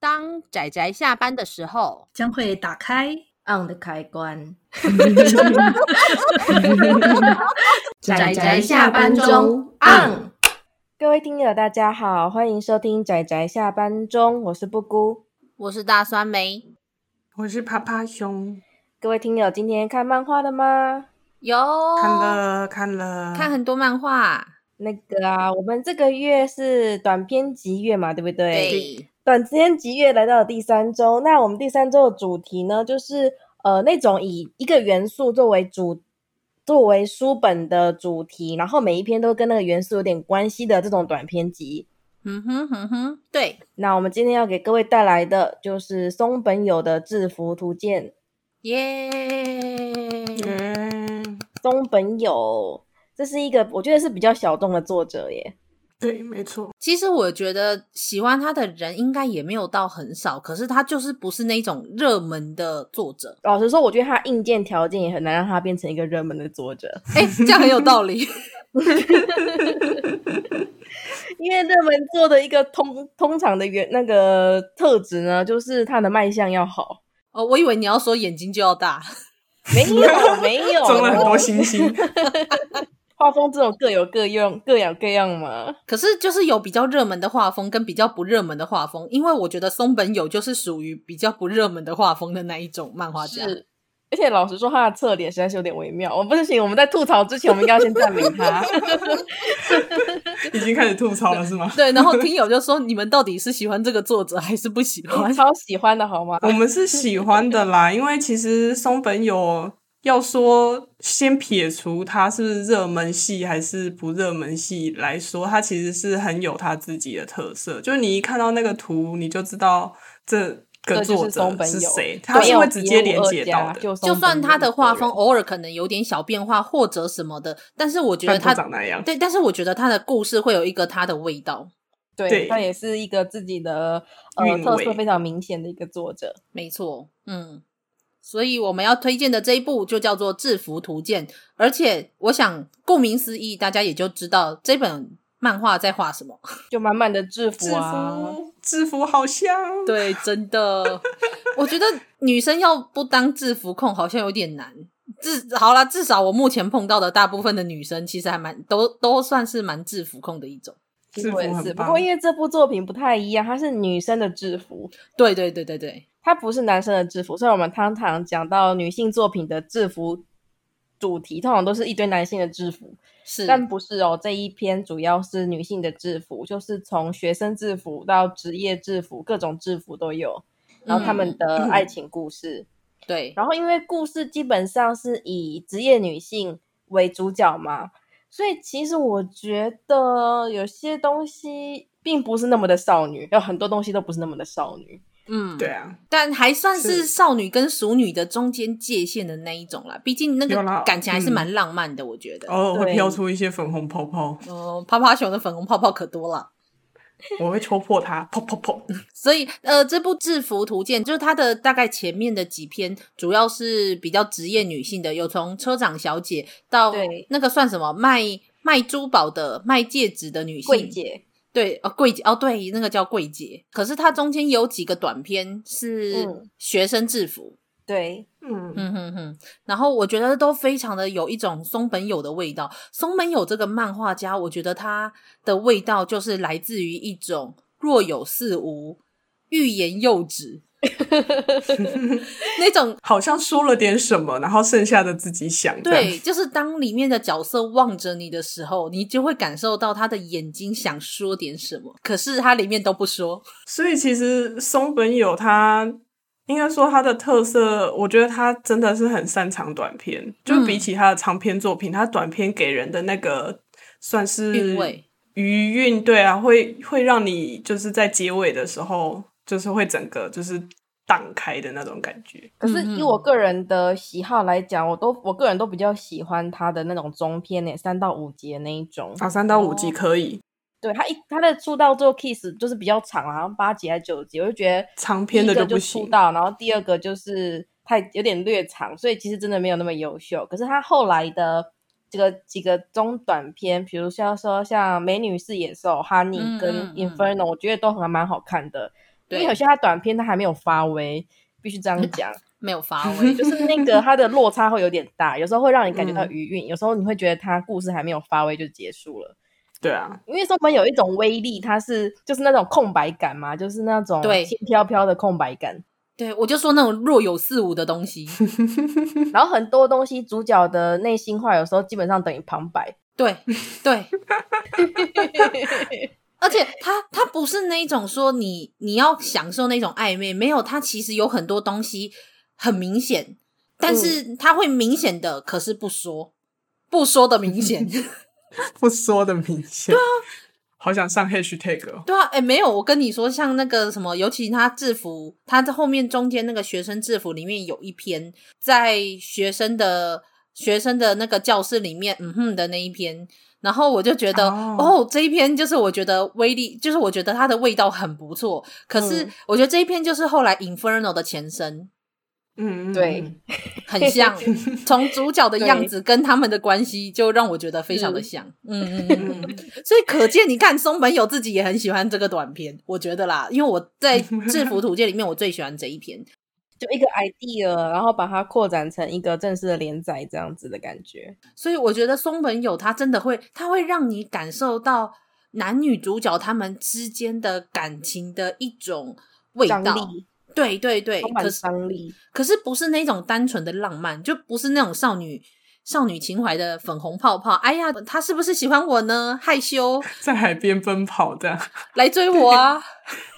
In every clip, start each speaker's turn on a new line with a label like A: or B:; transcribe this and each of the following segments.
A: 当仔仔下班的时候，
B: 将会打开
C: on 的开 关。
A: 宅宅下班中
C: on。
D: 各位听友，大家好，欢迎收听仔仔下班中，我是布姑。
A: 我是大酸梅，
E: 我是趴趴熊，
D: 各位听友，今天看漫画了吗？
A: 有
E: 看了看
D: 哦
E: 了，
A: 看很多漫画，
D: 那个啊，我们这个月是短篇集月嘛，对不对？
A: 对，
D: 短篇集月来到了第三周，那我们第三周的主题呢，就是呃那种以一个元素作为主作为书本的主题，然后每一篇都跟那个元素有点关系的这种短篇集。
A: 嗯哼哼哼，对，
D: 那我们今天要给各位带来的就是松本友的《制服图鉴》。
A: 耶、
E: 嗯，
D: 松本友，这是一个我觉得是比较小众的作者耶。
E: 对，没错，
A: 其实我觉得喜欢他的人应该也没有到很少，可是他就是不是那种热门的作者。
D: 老实说，我觉得他硬件条件也很难让他变成一个热门的作者，
A: 哎、这样很有道理。
D: 因为热门做的一个通通常的原那个特质呢，就是他的卖相要好。
A: 哦，我以为你要说眼睛就要大，
D: 没有，没有，
E: 中了很多星星，
D: 画风这种各有各用，各有各样嘛。
A: 可是就是有比较热门的画风跟比较不热门的画风，因为我觉得松本友就是属于比较不热门的画风的那一种漫画家。
D: 是，而且老实说，他的侧脸实在是有点微妙。我不行，我们在吐槽之前，我们应该要先赞美 他。
E: 已经开始吐槽了是吗？
A: 对，然后听友就说你们到底是喜欢这个作者还是不喜
E: 啊
A: 欢？
D: 超喜欢的好吗？
E: 我们是喜欢的啦，因为其实松本有要说，先撇除他是热门系还是不热门系来说，他其实是很有他自己的特色。就是你一看到那个图，你就知道这
D: 这
E: 个
D: 就
E: 作
D: 是松
E: 者
D: 本
E: 是
D: 友
E: 谁，他是会直接连接到的。
D: 就
A: 就
D: 松
A: 算
D: 本
A: 他的画
D: 人
A: 风偶尔可能有点小变化或者什么的，但是我觉得
E: 但
A: 他
E: 不长那样，
A: 对，但是我觉得他的故事会有一个他的味道，
D: 对，
E: 对
D: 他也是一个自己的呃
E: 韵
D: 特
E: 味
D: 色非常明显的一个作者。
A: 没错，嗯。所以我们要推荐的这一部就叫做《制服图鉴》，而且我想顾名思义，大家也就知道这本漫画在画什么。
D: 就满满的制
E: 制
D: 服啊，
E: 服制服好香，
A: 对，真的，我觉得女生要不当制服控好像有点难。至好啦，至少我目前碰到的大部分的女生，其实还蛮都都算是蛮制服控的一种。
E: 制服
D: 我也是。
E: 很
D: 不
E: 棒
D: 过。因为这部作品不太一样，它是女生的制服，
A: 对对对对对，
D: 它不是男生的制服。虽然我们通常讲到女性作品的制服主题，通常都是一堆男性的制服，
A: 是。
D: 但不是哦。这一篇主要是女性的制服，就是从学生制服到职业制服，各种制服都有。然后他们的
E: 嗯
D: 爱情故事，
A: 对，
D: 然后因为故事基本上是以职业女性为主角嘛，所以其实我觉得有些东西并不是那么的少女，有很多东西都不是那么的少女。
A: 嗯，
E: 对啊，
A: 但还算是
E: 是
A: 少女跟熟女的中间界限的那一种啦。毕竟那
E: 有
A: 个
E: 啦
A: 感情还是
E: 嗯
A: 蛮浪漫的，我觉得。哦，
E: 偶尔会
D: 对
E: 飘出一些粉红泡泡，
A: 啪啪熊的粉红泡泡可多了。
E: 我会戳破它，砰砰砰。
A: 所以，呃，这部《制服图鉴》就是它的大概前面的几篇，主要是比较职业女性的，有从车长小姐到
D: 对
A: 那个算什么卖卖珠宝的、卖戒指的女性，
D: 桂姐，
A: 对，哦，柜姐，哦，对，那个叫柜姐。可是它中间有几个短篇是
D: 嗯
A: 学生制服，
D: 对，
E: 嗯，
A: 嗯哼哼，然后我觉得都非常的有一种松本友的味道。松本友这个漫画家，我觉得他的味道就是来自于一种若有似无、欲言又 止那种。
E: 好像说了点什么，然后剩下的自己想。这样
A: 对，就是当里面的角色望着你的时候，你就会感受到他的眼睛想说点什么，可是他里面都不说。
E: 所以其实松本有他，应该说他的特色，我觉得他真的是很擅长短篇，就比起他的长篇作品，他短篇给人的那个算是
A: 韵味
E: 余韵，对啊，会会让你就是在结尾的时候，就是会整个就是荡开的那种感觉。
D: 可是
A: 嗯
D: 以
A: 嗯
D: 我个人的喜好来讲，我都我个人都比较喜欢她的那种中篇呢，三到五节那一种。
E: 啊，三到五集可以，
D: 对她一她的出道之后 kiss 就是比较长啊，好像八集还是九集，我就觉得
E: 长篇的
D: 第一个
E: 不
D: 就
E: 行
D: 出。道，然后第二个就是太有点略长，所以其实真的没有那么优秀。可是他后来的这个几个中短片，比如像说像《美女是野兽》《Honey
A: 嗯》
D: 跟
A: 嗯
D: 《
A: 嗯
D: Inferno》，我觉得都还蛮好看的。因
A: 对
D: 为有些它短片它还没有发威，必须这样讲，
A: 没有 发威，
D: 就是 那个它的落差会有点大，有时候会让你感觉
A: 嗯
D: 到余韵，有时候你会觉得它故事还没有发威就结束了。
E: 对啊，
D: 因为松本有一种威力，它是就是那种空白感嘛，就是那种
A: 对
D: 轻飘飘的空白 感。
A: 对我就说那种若有似无的东西，
D: 然后很多东西主角的内心话，有时候基本上等于旁白。
A: 对对， 而且他他不是那一种说你你要享受那种暧昧，没有，他其实有很多东西很明显，但是他会明显的，可是不说，不说的明显，
E: 不说的明显。对啊，好想上 hashtag 哦。
A: 对啊，哎，没有，我跟你说，像那个什么，尤其他制服，他在后面中间那个学生制服里面有一篇，在学生的学生的那个教室里面，嗯哼的那一篇，然后我就觉得，
E: 哦
A: 哦这一篇就是我觉得威力，就是我觉得它的味道很不错，可是
D: 嗯
A: 我觉得这一篇就是后来 Inferno 的前身，
E: 嗯，嗯
D: 对
E: 嗯
A: 很 像，从主角的样子跟他们的关系，就让我觉得非常的
D: 是
A: 像，嗯嗯嗯。嗯
E: 嗯
A: 所以可见，你看松本友自己也很喜欢这个短片，我觉得啦，因为我 在制服图鉴里面，我最喜欢这一篇。
D: 就一个 idea，然后把它扩展成一个正式的连载这样子的感觉。
A: 所以我觉得松本友他真的会，他会让你感受到男女主角他们之间的感情的一种味
D: 张
A: 道。
D: 力，
A: 对对对，
D: 充
A: 可
D: 满
A: 是
D: 张力。
A: 可是不是那种单纯的浪漫，就不是那种少女少女情怀的粉红泡泡。哎呀，他是不是喜欢我呢？害羞
E: 在海边奔跑这样，
A: 来追我 啊！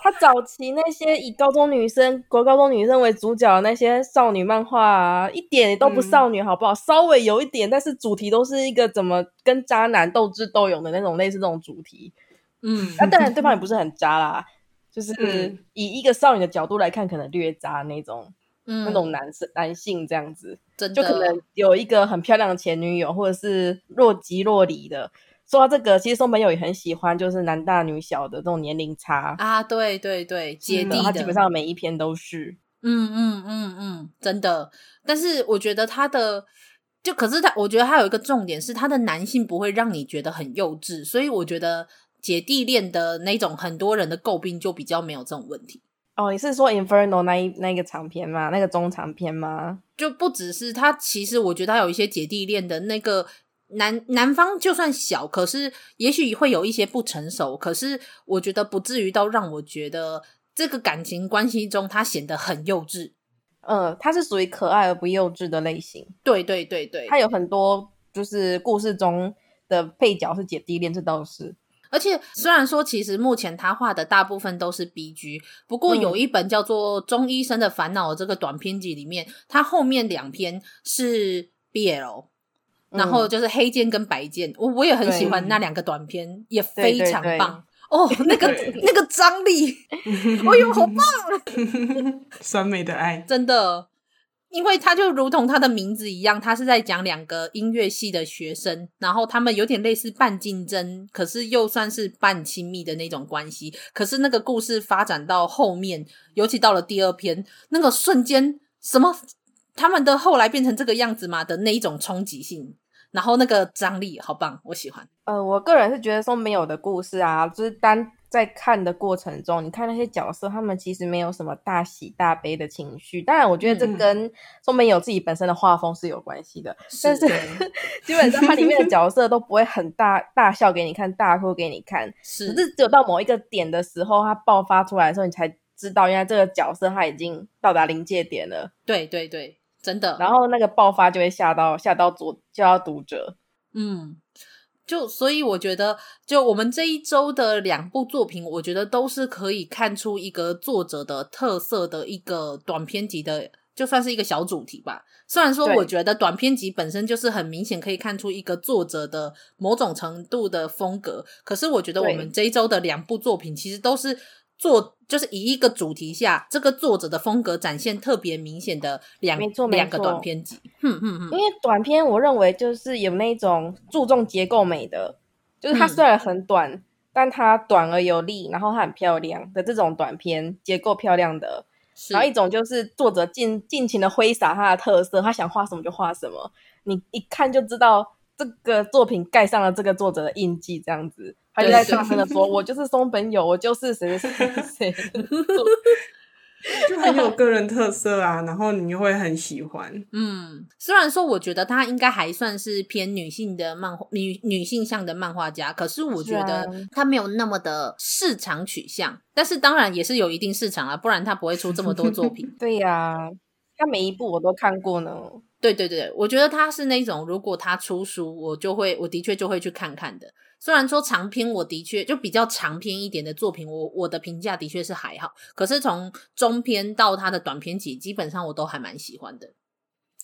D: 他早期那些以高中女生、国高中女生为主角的那些少女漫画啊，一点也都
A: 嗯
D: 不少女，好不好？稍微有一点，但是主题都是一个怎么跟渣男斗智斗勇的那种类似这种主题。
A: 嗯，
D: 那当然，对方也不是很渣啦，就是
E: 嗯
D: 以一个少女的角度来看，可能略渣那种、
A: 嗯
D: 那种男生男性这样子，
A: 真的
D: 就可能有一个很漂亮的前女友，或者是若即若离的。说到这个，其实松本友也很喜欢，就是男大女小的这种年龄差，
A: 啊，对对对，姐弟
E: 嗯
D: 然
A: 的，
D: 后他基本上每一篇都是。
A: 嗯嗯嗯嗯，真的。但是我觉得他的，就可是他，我觉得他有一个重点是他的男性不会让你觉得很幼稚，所以我觉得姐弟恋的那种很多人的诟病就比较没有这种问题。
D: 哦，你是说 Inferno 那一那一个长篇吗？那个中长篇吗？
A: 就不只是他，其实我觉得他有一些姐弟恋的那个男男方就算小，可是也许会有一些不成熟，可是我觉得不至于到让我觉得这个感情关系中他显得很幼稚。
D: 嗯，它是属于可爱而不幼稚的类型，
A: 对对对对，
D: 它有很多就是故事中的配角是姐弟恋，这倒是。
A: 而且虽然说，其实目前他画的大部分都是 B G，不过
D: 嗯
A: 有一本叫做《中医生的烦恼》这个短篇集里面，它后面两篇是 B L，、
D: 嗯
A: 然后就是黑剑跟白剑，我我也很喜欢
E: 对
A: 那两个短篇，也
D: 对
A: 非
D: 对
A: 常
D: 对
A: 棒。哦，那个
E: 对
A: 那个张 力，哎呦，好棒！
E: 酸梅的爱，
A: 真的，因为他就如同他的名字一样，他是在讲两个音乐系的学生，然后他们有点类似半竞争，可是又算是半亲密的那种关系。可是那个故事发展到后面，尤其到了第二篇，那个瞬间什么他们的后来变成这个样子嘛的那一种冲击性，然后那个张力好棒，我喜欢。
D: 呃，我个人是觉得说没有的故事啊，就是单在看的过程中，你看那些角色，他们其实没有什么大喜大悲的情绪。当然，我觉得这
E: 嗯
D: 跟松本有自己本身的画风是有关系的。但是
A: 对
D: 基本上它里面的角色都不会很大大笑给你看，大哭给你看，
A: 是
D: 只是只有到某一个点的时候，它爆发出来的时候，你才知道原来这个角色他已经到达临界点了，
A: 对对对，真的。
D: 然后那个爆发就会吓到吓到读吓到读者。
A: 嗯，就所以我觉得，就我们这一周的两部作品，我觉得都是可以看出一个作者的特色的一个短篇集的，就算是一个小主题吧。虽然说，
D: 对
A: 我觉得短篇集本身就是很明显可以看出一个作者的某种程度的风格，可是我觉得我
D: 对
A: 们这一周的两部作品其实都是。做就是以一个主题下，这个作者的风格展现特别明显的两
D: 没错没
A: 两个短
D: 错
A: 篇集，哼哼哼，
D: 因为短片，我认为就是有那种注重结构美的，就是它
A: 嗯
D: 虽然很短，但它短而有力，然后它很漂亮的这种短片，结构漂亮的。
A: 是
D: 然后一种就是作者尽尽情的挥洒他的特色，他想画什么就画什么，你一看就知道这个作品盖上了这个作者的印记，这样子。他就
A: 对
D: 在
A: 对
D: 大声的 说：“我就是松本友，我就是谁谁谁谁。
E: 就很有个人特色 啊，然后你又会很喜欢。
A: 嗯，虽然说我觉得她应该还算是偏女性的漫画女女性向的漫画家，可是我觉得
D: 是。”
A: 她没有那么的市场取向，但是当然也是有一定市场啊，不然她不会出这么多作品
D: 对呀、他每一部我都看过呢。
A: 对对对，我觉得她是那种如果她出书，我就会我的确就会去看看的。虽然说长篇，我的确就比较长篇一点的作品，我我的评价的确是还好，可是从中篇到她的短篇集，基本上我都还蛮喜欢的。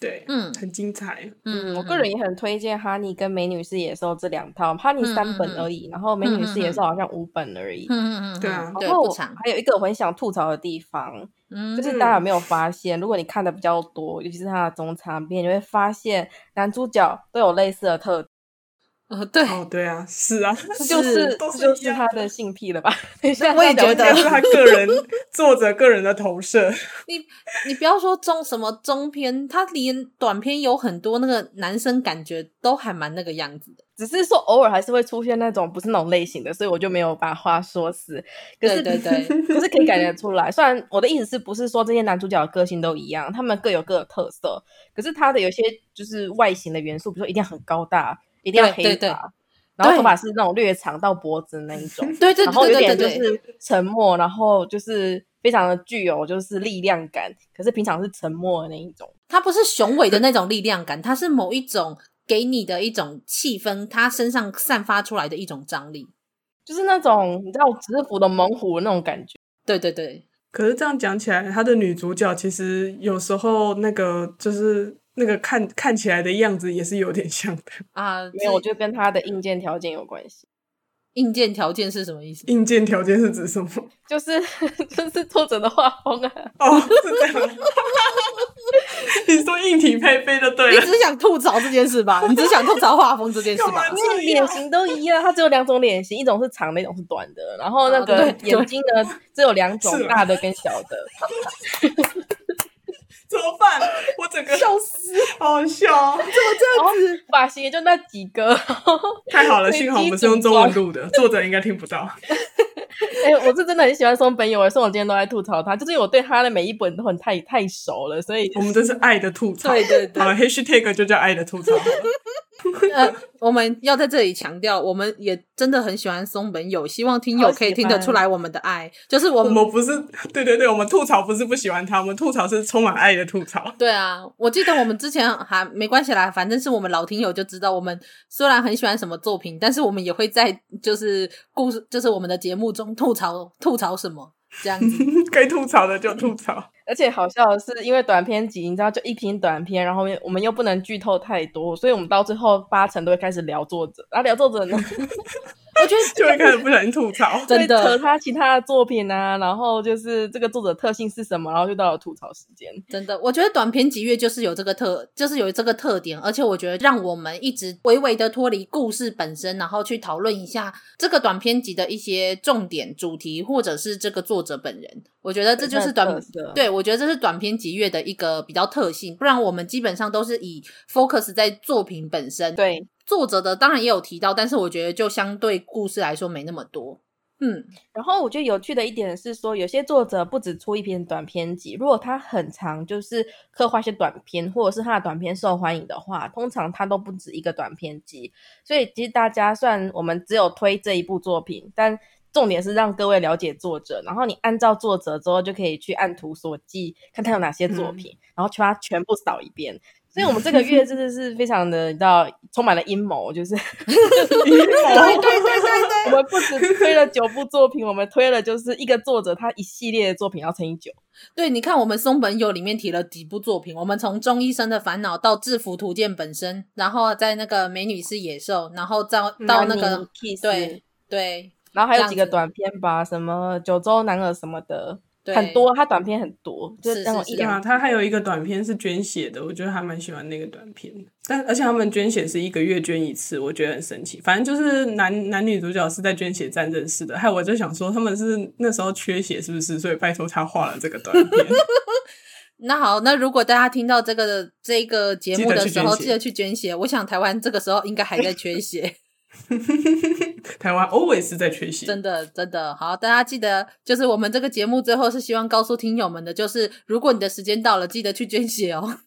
E: 对，
A: 嗯
E: 很精彩。
A: 嗯，
D: 嗯，我个人也很推荐《哈尼》跟《美女是野兽》这两套，《哈尼》
A: 嗯
D: 三本而已，然后《美女是野兽》好像五本而已。
A: 嗯，嗯嗯嗯，
E: 对啊
A: 对
D: 然后
A: 不
D: 我
A: 长，
D: 还有一个我很想吐槽的地方，
A: 嗯，
D: 就是大家有没有发现，如果你看的比较多，尤其是他的中长篇，你会发现男主角都有类似的特质，
A: 呃，对，
E: 哦，对啊，是啊，
D: 这就是
E: 都是
D: 这就是
E: 一样
D: 他的性癖了吧？等一下
A: 我也
D: 再
A: 觉
D: 聊
A: 得
E: 这是他个人 作者个人的投射。
A: 你不要说中什么中篇，他连短篇有很多那个男生感觉都还蛮那个样子的。
D: 只是说偶尔还是会出现那种不是那种类型的，所以我就没有把话说死。可
A: 对
D: 是
A: 对 对，
D: 可是可以感觉出来，虽然我的意思是不是说这些男主角的个性都一样，他们各有各的特色，可是他的有些就是外形的元素，比如说一定要很高大，一定要黑发，
A: 对对对
D: 然后头发是那种略长到脖子那 一种，
A: 对对
D: 然后
A: 对
D: 有
A: 对
D: 点就
A: 对对，
D: 是沉默，然后就是非常的具有就是力量感，可是平常是沉默的那一种。
A: 他不是雄伟的那种力量感，他是某一种给你的一种气氛，他身上散发出来的一种张力。
D: 就是那种你知道直服的猛虎的那种感觉，
A: 对对对，
E: 可是这样讲起来，他的女主角其实有时候那个就是那个看看起来的样子也是有点像的，
A: 啊，
D: 没有，我
A: 这
D: 觉得跟他的硬件条件有关系。
A: 硬件条件是什么意思？
E: 硬件条件是指什么？
D: 就是 就是作者的画风啊，
E: 哦，是这样 吗。你说硬体配备就对
A: 你
E: 了，
A: 只想吐槽这件事吧？你只想吐槽画风这件事 吧
E: 干嘛？
D: 那脸型都一样，它只有两种脸型，一种是长的，一种是短的。然后那
A: 哦
D: 个
A: 对对
D: 眼睛呢，只有两种
E: 是，啊
D: 大的跟小 的。
E: 怎么办？我整个
A: 笑死！
E: 好好笑哦、
D: 然后发型也就那几个。
E: 太好了，
D: 随机
E: 幸好我们是用中文录的，作者应该听不到。
D: 哎、我是真的很喜欢松本友，所以我今天都在吐槽他，就是因为我对他的每一本都很太太熟了，所以
E: 我们这是爱的吐槽。
A: 对对对
E: 好了，hashtag 就叫爱的吐槽好 了。
A: 呃，我们要在这里强调，我们也真的很喜欢松本友，希望听友
D: 好喜
A: 可以听得出来我们的爱，就是我
E: 我
A: 们。
E: 们不是对对对，我们吐槽不是不喜欢他，我们吐槽是充满爱的吐槽。
A: 对啊，我记得我们之前还没关系啦，反正是我们老听友就知道，我们虽然很喜欢什么作品，但是我们也会在就是故事，就是我们的节目中吐槽吐槽什么这样子。
E: 该吐槽的就吐槽。
D: 而且好笑的是，因为短篇集，你知道就一篇短篇，然后我们又不能剧透太多，所以我们到最后八成都会开始聊作者，然后聊作者 呢。
A: 我觉
E: 就
A: 得
E: 会开始不小心吐槽。
A: 真
D: 会
A: 的
D: 扯他其他的作品啊，然后就是这个作者特性是什么，然后就到了吐槽时间。
A: 真的，我觉得短篇集阅就是有这个特，就是有这个特点，而且我觉得让我们一直微微的脱离故事本身，然后去讨论一下这个短篇集的一些重点主题，或者是这个作者本人。我觉得这就是
D: 它的
A: 短
D: 特色
A: 对，我觉得这是短篇集阅的一个比较特性，不然我们基本上都是以 focus 在作品本身。
D: 对，
A: 作者的当然也有提到，但是我觉得就相对故事来说没那么多。嗯，
D: 然后我觉得有趣的一点是说，有些作者不只出一篇短篇集，如果他很长，就是刻画一些短篇，或者是他的短篇受欢迎的话，通常他都不止一个短篇集。所以其实大家虽然我们只有推这一部作品，但重点是让各位了解作者，然后你按照作者之后就可以去按图索骥，看他有哪些作品，然后去把它全部扫一遍。所以我们这个月真的是非常的，你知道，充满了阴谋，就是
E: 对对对
D: 我们不止推了九部作品，我们推了就是一个作者他一系列的作品要乘以九。
A: 对，你看我们松本友里面提了几部作品，我们从《中医生的烦恼》到《制服图鉴》本身，然后在那个《美女是野兽》，然后到嗯
D: 嗯
A: 到那个、
D: kiss，
A: 对，对
D: 然后还有几
A: 这样
D: 个
A: 子
D: 短片吧，什么九州男儿什么的，
A: 对，
D: 很多，他短片很多，就是那种
A: 是
D: 一
A: 是
E: 啊，
D: 两
E: 他还有一个短片是捐血的，我觉得还蛮喜欢那个短片的。但而且他们捐血是一个月捐一次，我觉得很神奇。反正就是男 男女主角是在捐血站认识的，害我就想说他们是那时候缺血是不是？所以拜托他画了这个短片。
A: 那好，那如果大家听到这个这个节目
E: 记得
A: 的
E: 去
A: 时
E: 捐
A: 候，
E: 血
A: 记得去捐血。我想台湾这个时候应该还在缺血。
E: 台湾 always 在缺席。
A: 真的，真的好，大家记得，就是我们这个节目最后是希望告诉听友们的，就是如果你的时间到了，记得去捐血 哦。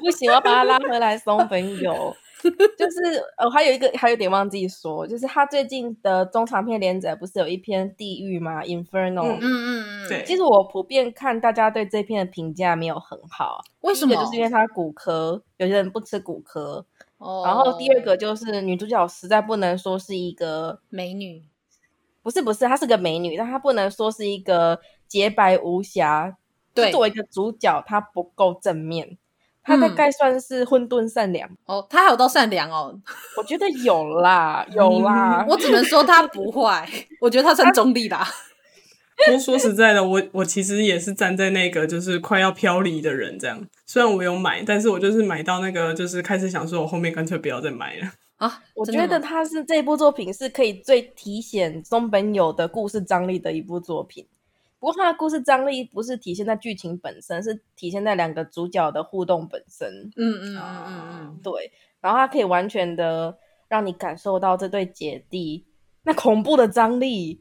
D: 不行，我要把他拉回来松本友。就是呃，还有一个还有点忘记说，就是他最近的中长篇连载不是有一篇《地狱》吗？Inferno。
E: 嗯
A: 嗯嗯嗯，
E: 对，
D: 其实我普遍看大家对这篇的评价没有很好，
A: 为什么
D: 第一个就是因为它骨科，有些人不吃骨科。
A: 哦
D: 然后第二个就是女主角实在不能说是一个，
A: 美女，
D: 不是不是，她是个美女，但她不能说是一个洁白无瑕。就
A: 对
D: 作为一个主角，她不够正面，她大
A: 嗯
D: 概算是混沌善良。
A: 哦，她还有到善良哦，
D: 我觉得有啦，有啦。
A: 我只能说她不坏，我觉得她算中立啦。
E: 不过说实在的，我我其实也是站在那个就是快要飘离的人这样。虽然我有买，但是我就是买到那个就是开始想说，我后面干脆不要再买了。
A: 啊，
D: 我
A: 真的
D: 觉得
A: 吗
D: 他是这部作品是可以最体现松本友的故事张力的一部作品。不过他的故事张力不是体现在剧情本身，是体现在两个主角的互动本身。
A: 嗯嗯嗯嗯嗯，
D: 对，然后他可以完全的让你感受到这对姐弟那恐怖的张力，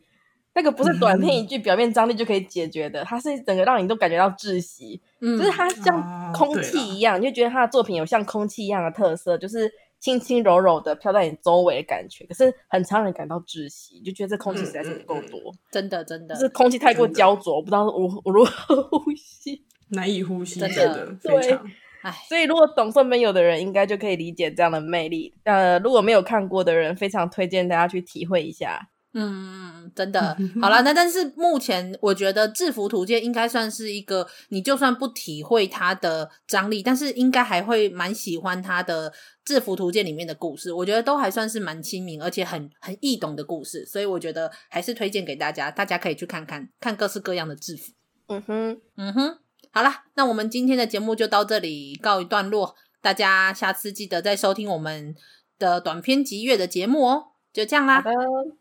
D: 那个不是短片一句表面张力就可以解决的，它是整个让你都感觉到窒息。
A: 嗯
D: 就是它像
E: 啊
D: 空
E: 对
D: 气
E: 啦
D: 一样，你就觉得它的作品有像空气一样的特色，就是轻轻柔柔的飘在你周围的感觉，可是很常让人感到窒息，就觉得这空气实在是不够多，
A: 真的真的
D: 就是空气太过焦灼，我不知道我我如何 呼吸。
E: 难以呼吸，
A: 真
E: 真
A: 的
E: 的
D: 对
E: 非常。
A: 哎，
D: 所以如果懂送本有的人，应该就可以理解这样的魅力。呃，如果没有看过的人，非常推荐大家去体会一下。
A: 嗯，嗯，真的。好啦，那但是目前我觉得《制服图鉴》应该算是一个，你就算不体会它的张力，但是应该还会蛮喜欢它的《制服图鉴》里面的故事。我觉得都还算是蛮亲民，而且很很易懂的故事，所以我觉得还是推荐给大家，大家可以去看看，看各式各样的制服。
D: 嗯哼，
A: 嗯哼，好啦，那我们今天的节目就到这里告一段落，大家下次记得再收听我们的短篇集月的节目哦。就这样啦，
D: 好的，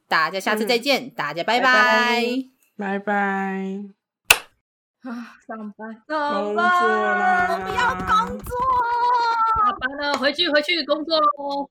A: 大家下次再见，大家拜
D: 拜
E: 拜
D: 拜
E: 拜，
D: 啊，上班
E: 工作啦！
A: 我不要工作。
B: 下班了，回去回去工作喽。